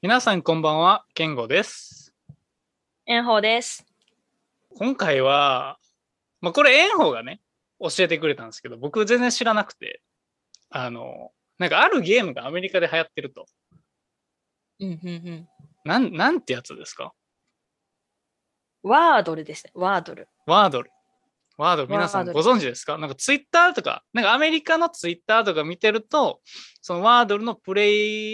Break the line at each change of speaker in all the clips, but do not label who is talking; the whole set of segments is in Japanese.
皆さんこんばんは、健吾です。
炎鵬です。
今回は、まあ、これ、炎鵬がね、教えてくれたんですけど、僕全然知らなくて、あの、なんかあるゲームがアメリカで流行ってると。
うんうんうん。
なん、なんてやつですか
ワードルですね。ワードル。
ワードル。ワードル、皆さ
ワー
ん
ド
ご
ル
存知ですかなんかツイッターとか、なんかアメリカのツイッターとか見てると、そのワードルのプレ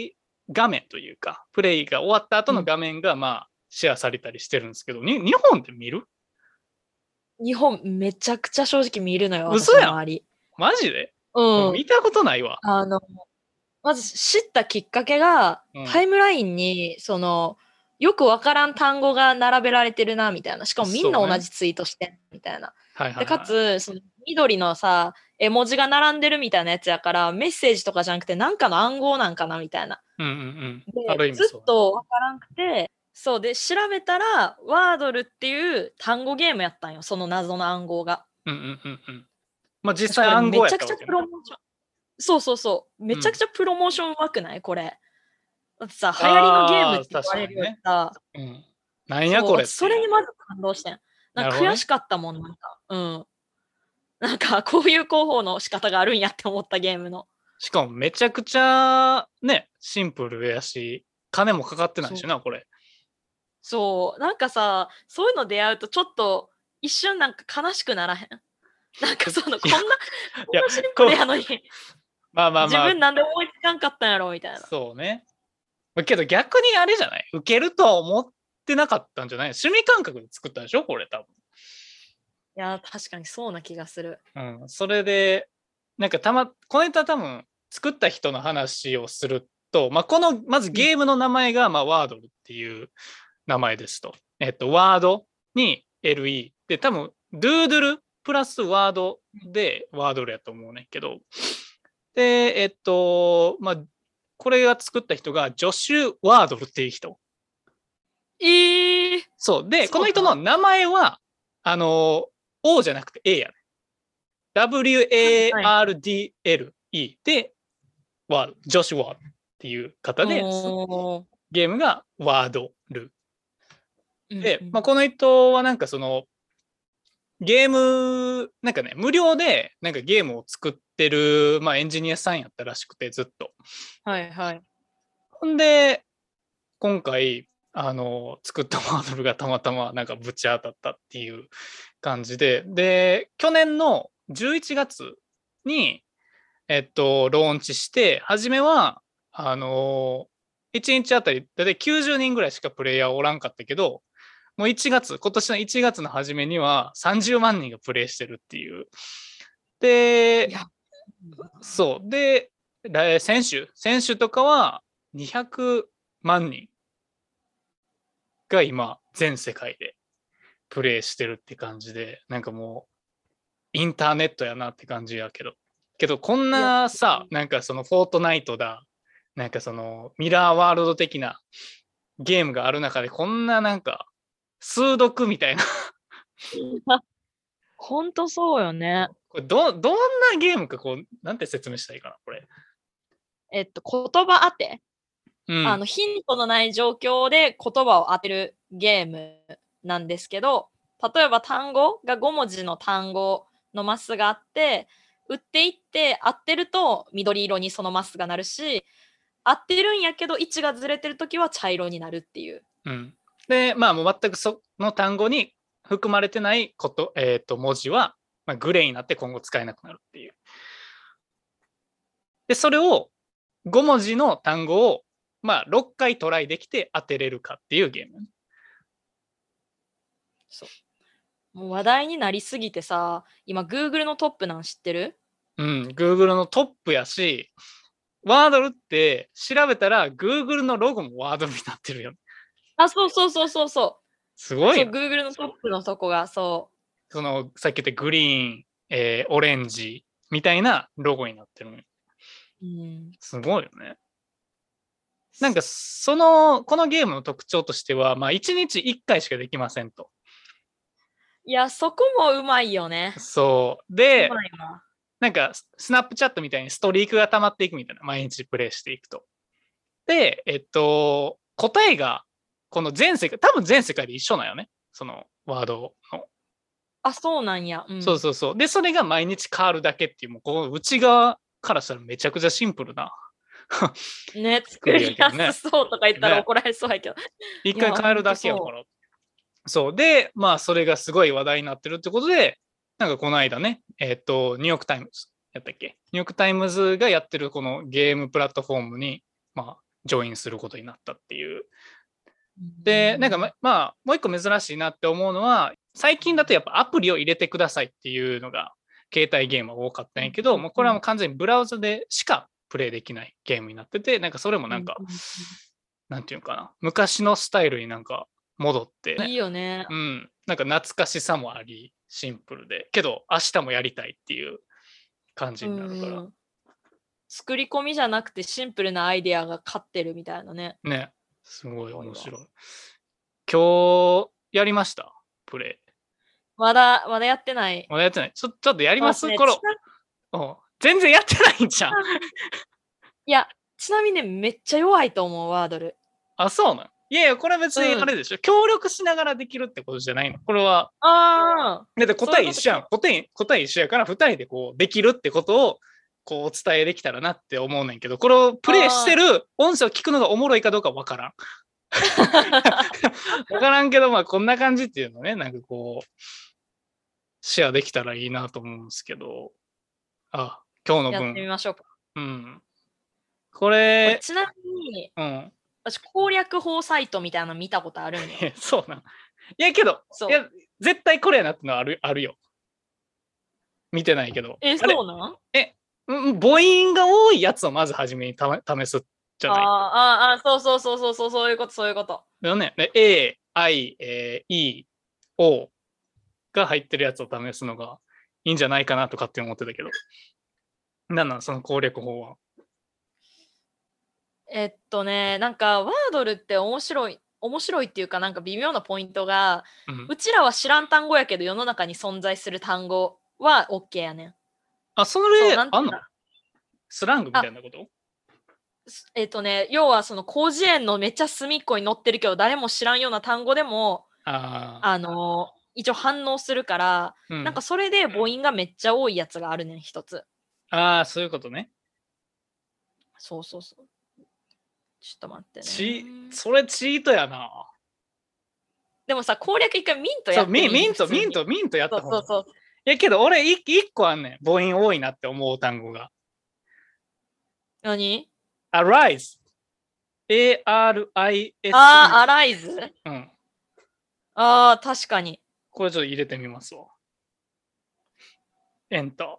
イ画面というか、プレイが終わった後の画面が、まあ、シェアされたりしてるんですけど、に日本で見る
日本めちゃくちゃ正直見るのよ。
嘘
私
やん
の周り。
マジで、
うん。
見たことないわ。
あの、まず知ったきっかけが、
うん
タイムラインに、その、よくわからん単語が並べられてるな、みたいな。しかもみんな
そうね
同じツイートしてん、みたいな。
はいはい、はい。
で、かつ、その緑のさ、絵文字が並んでるみたいなやつやから、メッセージとかじゃなくて、なんかの暗号なんかな、みたいな。
うんうんうん。ある意
で
味
ず
そう
っ。とわからんくてそうで調べたらワードルっていう単語ゲームやったんよその謎の暗号が
うんうんうんうん。まあ実際暗号や
め
っ
ちゃ
たわ
くちゃ
け
プ
ね
ロモーションそうそうそうめちゃくちゃプロモーションうまくないこれだってさ流行りのゲームって言われるよりさ、
うん。なんやこれっていう
そうそれにまず感動してんな
な
んか
るほどね
悔しかったもんなんか、うんなんかこういう広報の仕方があるんやって思ったゲームの
しかもめちゃくちゃね、シンプルやし、金もかかってないしな、これ。
そう、なんかさ、そういうの出会うとちょっと一瞬なんか悲しくならへん。 なんかその、こんな、こんなシンプルやのに、
まあまあ
自
ま
分なんで思いつかんかったんやろみたい
あ
な。。
そうね。まあけど逆にあれじゃない受けるとは思ってなかったんじゃない趣味感覚で作ったでしょこれ多
いやー、確かにそうな気がする。
分。うん。それで、なんかたま、このネタ多分作った人の話をすると、まあこの、まずゲームの名前が、まあワードルっていう名前ですと。えっと、ワードに LE で、多分、ドゥードゥルプラスワードでワードルやと思うねんけど。で、えっと、まあ、これが作った人がジョシュ・ワードルっていう人。
えー、
そう。で、
そう
この人の名前は、あの、O じゃなくて A やね。WARDLE で、ワード、ジョシュ・ワードっていう方で、
おー
ゲームがワードル。
うん
で
う、ん
まあ、この人はなんかそのゲームなんかね無料でなんかゲームを作ってる、まあ、エンジニアさんやったらしくてずっと
はいはい。
ほんで今回あの作った ワードルがたまたまなんかぶち当たったっていう感じでで去年の11月にえっとローンチして初めはあの1日あたりだいたい90人ぐらいしかプレイヤーおらんかったけどもう1月今年の1月の初めには30万人がプレイしてるっていうで
いや
そうで来先週先週とかは200万人が今全世界でプレイしてるって感じでなんかもうインターネットやなって感じやけどけどこんなさなんかその「フォートナイト」だなんかそのミラーワールド的なゲームがある中でこんななんか数読みたいな
ほんとそうよね。
これどどんなゲームかこうなんて説明したらいいかなこれ。
えっと、言葉当て、
うん、
あの、ヒントのない状況で言葉を当てるゲームなんですけど、例えば単語が5文字の単語のマスがあって、打っていって合ってると緑色にそのマスがなるし、合ってるんやけど位置がずれてるときは茶色になるっていう。
うん、でまあもう全くその単語に含まれてないこと、えー、と文字は、まあ、グレーになって今後使えなくなるっていう。でそれを5文字の単語を、まあ、6回トライできて当てれるかっていうゲーム。
もう話題になりすぎてさ、今 Google のトップなん知ってる
うん、Google のトップやし、ワードルって調べたら Google のロゴもワードルになってるよね。
あ、そうそうそうそうそ
す
う。
ごい
そう、
よね
Google のトップのとこがそう。
そのさっき言ったグリーン、えーオレンジみたいなロゴになってるのよ
うん、
すごいよね。なんかそのこのゲームの特徴としては、まあ、1日1回しかできませんと。
いや、そこもうまいよね。
そうで
うまいわ
なんかススナップチャットみたいにストリークが溜まっていくみたいな毎日プレイしていくと。でえっと答えが、この全世界、多分全世界で一緒なんよね。そのワードの。
あ、そうなんや。うん、
そうそうそう。で、それが毎日変わるだけっていう、もうこの内側からしたらめちゃくちゃシンプルな。
ね、作りやすそうとか言ったら
ね
怒られそうやけど。
一回変えるだけやから。そう。で、まあ、それがすごい話題になってるってことで、なんかこの間ね、えっ、と、ニューヨークタイムズ、やったっけニューヨークタイムズがやってるこのゲームプラットフォームに、まあ、ジョインすることになったっていう。で、なんかま、まあ、もう一個珍しいなって思うのは、最近だとやっぱアプリを入れてくださいっていうのが、携帯ゲームは多かったんやけど、もうこれはもう完全にブラウザでしかプレイできないゲームになってて、なんかそれもなんか
う、
なんていうのかな、昔のスタイルになんか戻って、
いいよね。
うん、なんか懐かしさもあり、シンプルで、けど明日もやりたいっていう感じになるから、
うん作り込みじゃなくてシンプルなアイデアが勝ってるみたいなね。
ね、すごい面
すご
白い。今日やりました、プレイ。
まだ、まだやってない。
まだやってない。ちょちょっとやります、
そう
こ
ね
頃
ち。な
うん全然やってないんじ ゃん。
いや、ちなみにね、めっちゃ弱いと思う、ワードル。
あ、そうなん。いやいや、これは別に
うん
あれでしょ、協力しながらできるってことじゃないの。これは、
ああ、
だって答え
そういうこと
一緒やん。答え答え一緒やから、二人でこう、できるってことを、こう、お伝えできたらなって思うねんけど、これをプレイしてる音声を聞くのがおもろいかどうかわからん。わからんけど、まあ、こんな感じっていうのね、なんかこう、シェアできたらいいなと思うんですけど、あ、今日の
やってみ
分、
ましょうか。
うん。こ
こ
れ
れ、ちなみに、
うん。
私、攻略法サイトみたいなの見たことあるんよ。
えそうなん。いやけど、
そう
いや絶対これやなってのはあるあるよ。見てないけど。
え、
あれ
そうなん
うんうん母音が多いやつをまず初めにため試すじゃ
あー
ない
あー、あーそうそうそうそうそう、そういうこと、そういうこと。
だよね。で A、I、えー E、O が入ってるやつを試すのがいいんじゃないかなとかって思ってたけど。なんなんその攻略法は。
えっとね、なんか、ワードルって面白い、面白いっていうか、なんか微妙なポイントが、
うん
うちらは知らん単語やけど、世の中に存在する単語は OK やねん。
あ、そ
そう
れ
なんてい
あ
うんん
の
だ
スラングみたいなこと
すえっとね、要はその広辞苑のめっちゃ隅っこに載ってるけど、誰も知らんような単語でも、
ああ、
あのー一応反応するから、
うん
なんかそれで母音がめっちゃ多いやつがあるねん、一つ。
あーそういうことね。
そうそうそう。ちょっと待ってね。
チそれチートやな。
でもさ、攻略一回ミン
そ
トや
う
ってみ
ミンミント、
普通に
ミント、ミントやっ
そ
た
う
方
そう
が。
そう。
いやけど俺一一個あんねん。母音多いなって思う単語が。
何
arise。A-R-I-S-E。
ああ、アライズ
うん。
ああ、確かに。
これちょっと入れてみますわ。エンター。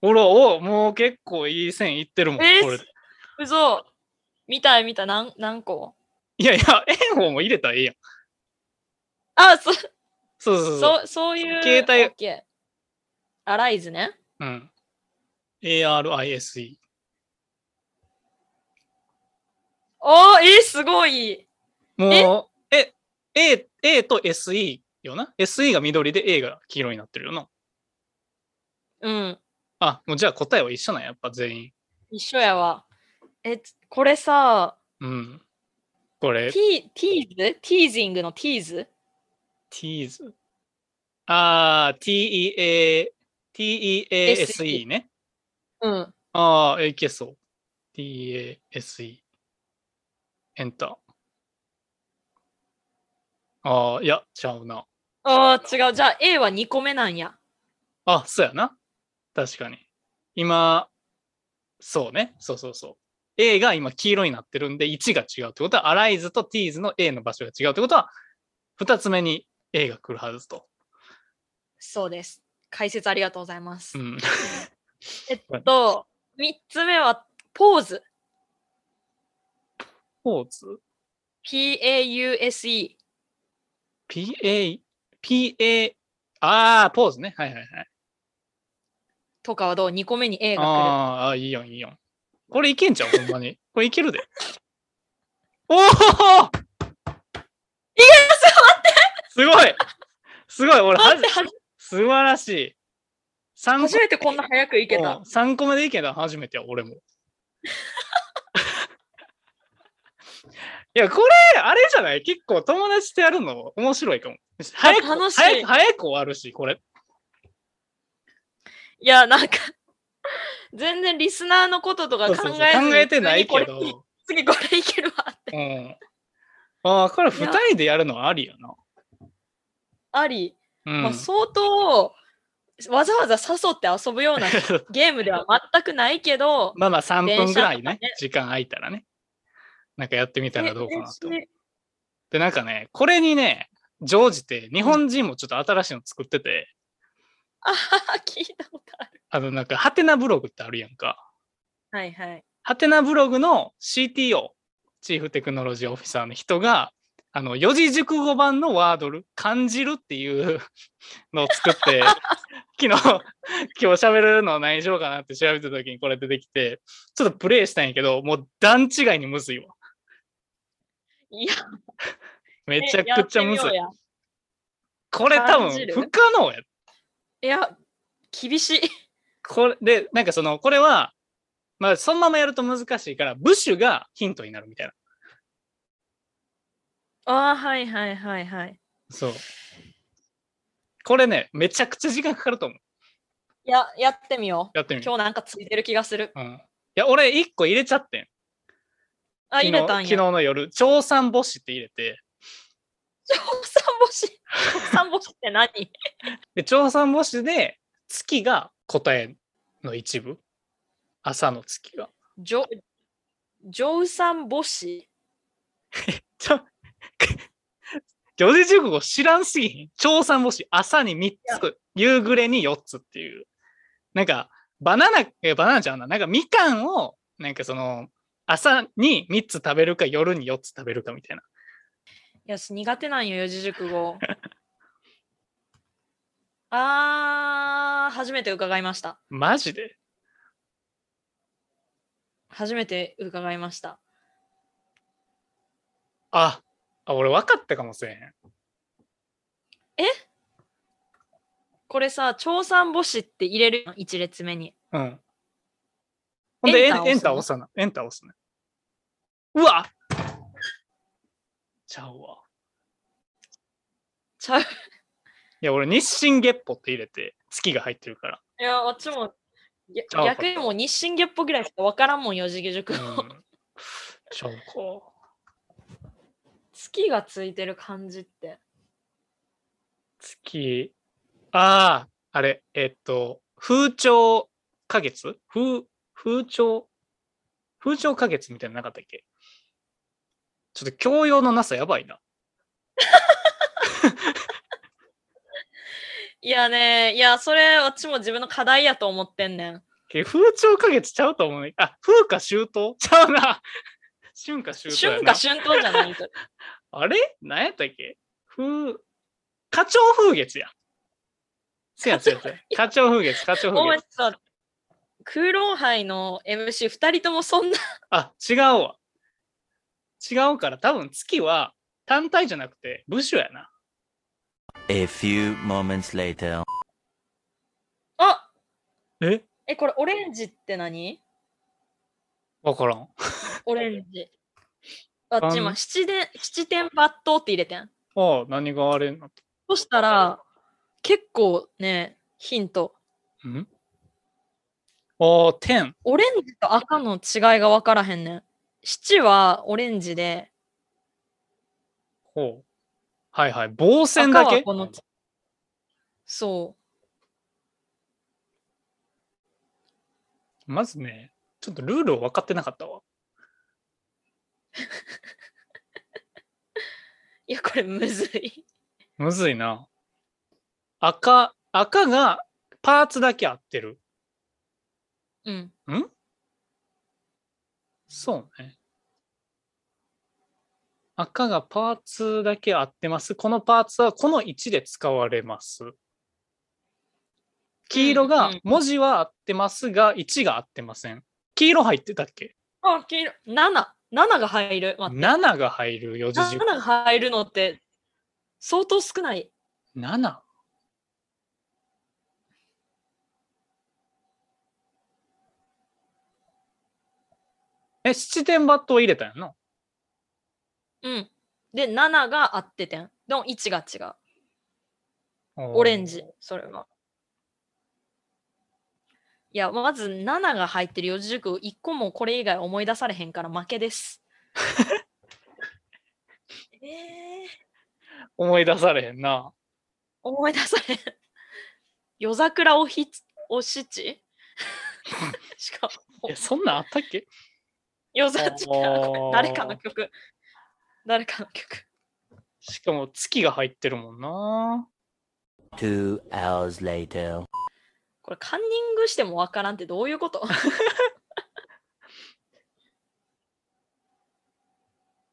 ほら、おもう結構いい線いってるもん。
えー
これ
嘘。見たい見たい、何何個
いやいや、円方も入れたらええやん。
ああ、そ
そうそうそう。
そうそういう。
携帯
OK。アライズね。
うん。A-R-I-S-E。
おー、えーすごい。
もう、え、A、A と SE よな。SE が緑で A が黄色になってるよな。
うん。
あ、もうじゃあ答えは一緒なんややっぱ全員。
一緒やわ。え、つこれさ、
うん。こ
テ
れ、
ィティーズティージングのティーズ
tease。あー、t-e-a, t-e-a-s-e ね。
うん。
あー、いけそう。t-e-a-s-e。エンター。あー、いや、ちゃうな。
ああ、違う。じゃあ A は2個目なんや。
あ、そうやな。確かに。今、そうね。そうそうそう。A が今黄色になってるんで、1が違うってことは、アライズと T's の A の場所が違うってことは、2つ目に A が来るはずと。
そうです。解説ありがとうございます。
うん。
えっと、3つ目はポーズ。
ポーズ
P-A-U-S-E。
?PA、PA、ああ、ポーズね。はいはいはい。
とかはどう ?2 個目に A が来る。
あーあー、いいよいいよ。これいけんちゃ うほんまに。これいけるで。おおいや、ちょっと待ってすごいすごい俺は
待っ
じ
て、はじ
素晴らしい。3
初めてこんな早くいけた。
3個目でいけたの初めてや、俺も。いや、これ、あれじゃない結構友達とやるの面白いかも。早く、
楽しい
早く、早く終わるし、これ。
いや、なんか、全然リスナーのこととか
そう
考え
そうそう
ずに
考えてないけ。
普通にこ
ど。
れ次これいけるわって。
うん。ああ、これ二人でやるのはありやな。
あり、
うん。
まあ、相当、わざわざ誘って遊ぶような ゲームでは全くないけど、
まあまあ3分ぐらい
電車とか
ね
ね、
時間空いたらね。なんかやってみたらどうかなと思う。
え
で、なんかね、これにね、乗じて、日本人もちょっと新しいの作ってて、
あはは聞いたことある。
あの、なんか、ハテナブログってあるやんか。
はいはい。
ハテナブログの CTO、チーフテクノロジーオフィサーの人が、あの、四字熟語版のワードル、感じるっていうのを作っ て、昨日、今日喋るの何しようかなって調べた時にこれ出てきて、ちょっとプレイしたんやけど、もう段違いにむずいわ。
いや、
めちゃくちゃむずい。
やって
これ多分
感じる
不可能や。
みようや。いや、厳しい。
これで、なんかその、これは、まあ、そのままやると難しいから、ブッシュがヒントになるみたいな。
ああ、はいはいはいはい。
そう。これね、めちゃくちゃ時間かかると思う。
いや、やってみよう。
やってみる。
今日なんかついてる気がする。
うん、いや、俺、1個入れちゃってん。
あ、入れたん
昨日
や。
の夜、調査母子って入れて、
調査星。調査星って何
で調査母子で、月が答えの一部。朝の月が。
ジョ、ジョウさん星。
ちょ、四字熟語知らんすぎひん。調査母子、朝に3つ、夕暮れに4つっていう。なんか、バナナ、え、バナナちゃうな。なんか、みかんを、なんかその、朝に3つ食べるか、夜に4つ食べるかみたいな。
いや、苦手なんよ、四字熟語。 あー、初めて伺いました。
マジで
初めて伺いました。
あ、あ俺分かったかもしれへん。
これさ、調査星って入れるの一列目に。
うん。ほんで、エ
エン
ン
ター
エンター押
押
さな。エンター押すね。うわちゃうわ。
ちゃう。
いや、俺、日清月歩って入れて、月が入ってるから。
いや、あっちも、ぎゃ
ちゃうかった
逆にもう日進月歩ぐらいしかわからんもん、四字熟語。
うんちゃうか。
月がついてる感じって。
月。ああ、あれ、えっと、風潮花月風、風潮風潮花月みたいなのなかったっけちょっと教養のなさやばいな。
いやね、いや、それ、あっちも自分の課題やと思ってんねん。
え風潮花月ちゃうと思うね。あ、風化秋冬ちゃうな。 春夏秋冬や
春
な。
夏春冬じゃないと。
あれ何やったっけ風、花鳥風月や。せやせやせや。 花鳥風月、花鳥
お
風
前
月。
さ、空論杯の MC2 人ともそんな、
あ、違うわ。違うから、多分月は単体じゃなくて部首やな。
A few moments later.
あ
え
え、これオレンジって何
わからん。
オレンジ。あっち
あ
今、
ん
七点、七点抜刀って入れてん。
ああ、何があれな
そしたら、結構ね、ヒント。
んああ、天。
オレンジと赤の違いが分からへんねん。七はオレンジで、
ほう。はいはい。防
赤
線だ
は
け
このそう。
まずね、ちょっとルールを分かってなかったわ。
いや、これむずい。
むずいな。赤、赤がパーツだけ合ってる。
うん。
そうね。赤がパーツだけ合ってます。このパーツはこの位置で使われます。黄色
うん
が
うん
文字は合ってますが、位置が合ってません。黄色入ってたっけ
あ、黄色。七。七が入る。ま
?7 が入る四字
7
熟
が入るのって相当少ない。
語。7? え、七点抜刀入れたんやんな。
うん。で、7が合っててん。でも1が違う。オレンジ。、それが。いや、まず7が入ってる四字熟語1個もこれ以外思い出されへんから負けです。 えー、
思い出されへんな。
思い出されん。夜桜おひつ お七しかも
え、、そんなんあったっけ
夜桜
おー
誰かの曲。誰かの曲。
しかも月が入ってるもんな。
Two hours later.
これカンニングしてもわからんってどういうこと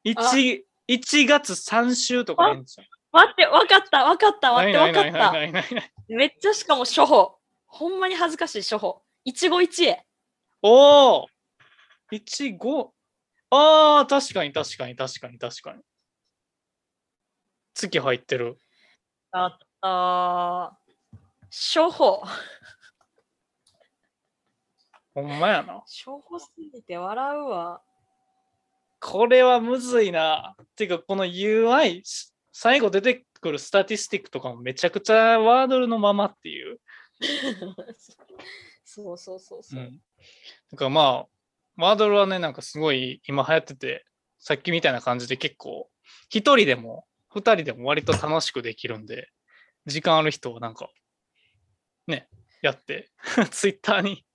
1, 1月3週とかなんじゃん。
待って、わかった、わかった、待って、
な
わ
い
か
ない
っ
ない
た
な。いないない
めっちゃしかも初歩。ほんまに恥ずかしい初歩。一期一会。
おお !15! ああ、確かに確かに確かに確かに。月入ってる。
あー初歩。
ほんまやな。
初歩すぎて笑うわ。
これはむずいな。てか、この UI、し最後出てくるスタティスティックとかもめちゃくちゃワードルのままっていう。
そうそうそう
う
そう。
ん。だからまあ、ワードルはね、なんかすごい今流行ってて、さっきみたいな感じで結構、一人でも二人でも割と楽しくできるんで、時間ある人はなんか、ね、やって、 ツイッターに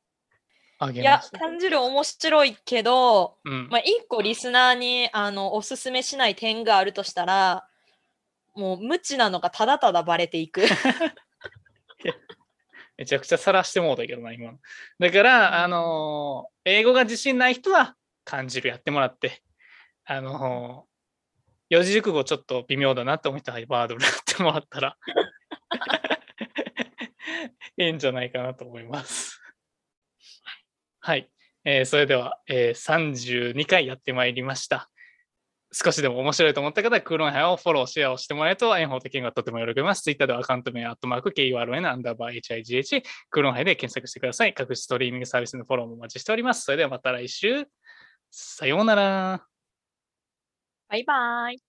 あげ
い
ま
や
した。、
感じる面白いけど、
うん。
まあ、一個リスナーにあのおすすめしない点があるとしたら、もう無知なのがただただバレていく。
めちゃくちゃ晒してもうたけどな、今の。だから、あのー英語が自信ない人は、感じるやってもらって、あのー四字熟語ちょっと微妙だなって思ったら、ワードルやってもらったら、 いいんじゃないかなと思います。はい。えーそれでは、えー32回やってまいりました。少しでも面白いと思った方は、クーロンハイをフォロー、シェアをしてもらえると、炎法的にはとても喜びます。Twitter ではアカウント名、アットマーク、KURN、アンダーバー、HIGH、クーロンハイで検索してください。各ストリーミングサービスのフォローもお待ちしております。それではまた来週。さようなら。
バイバイ。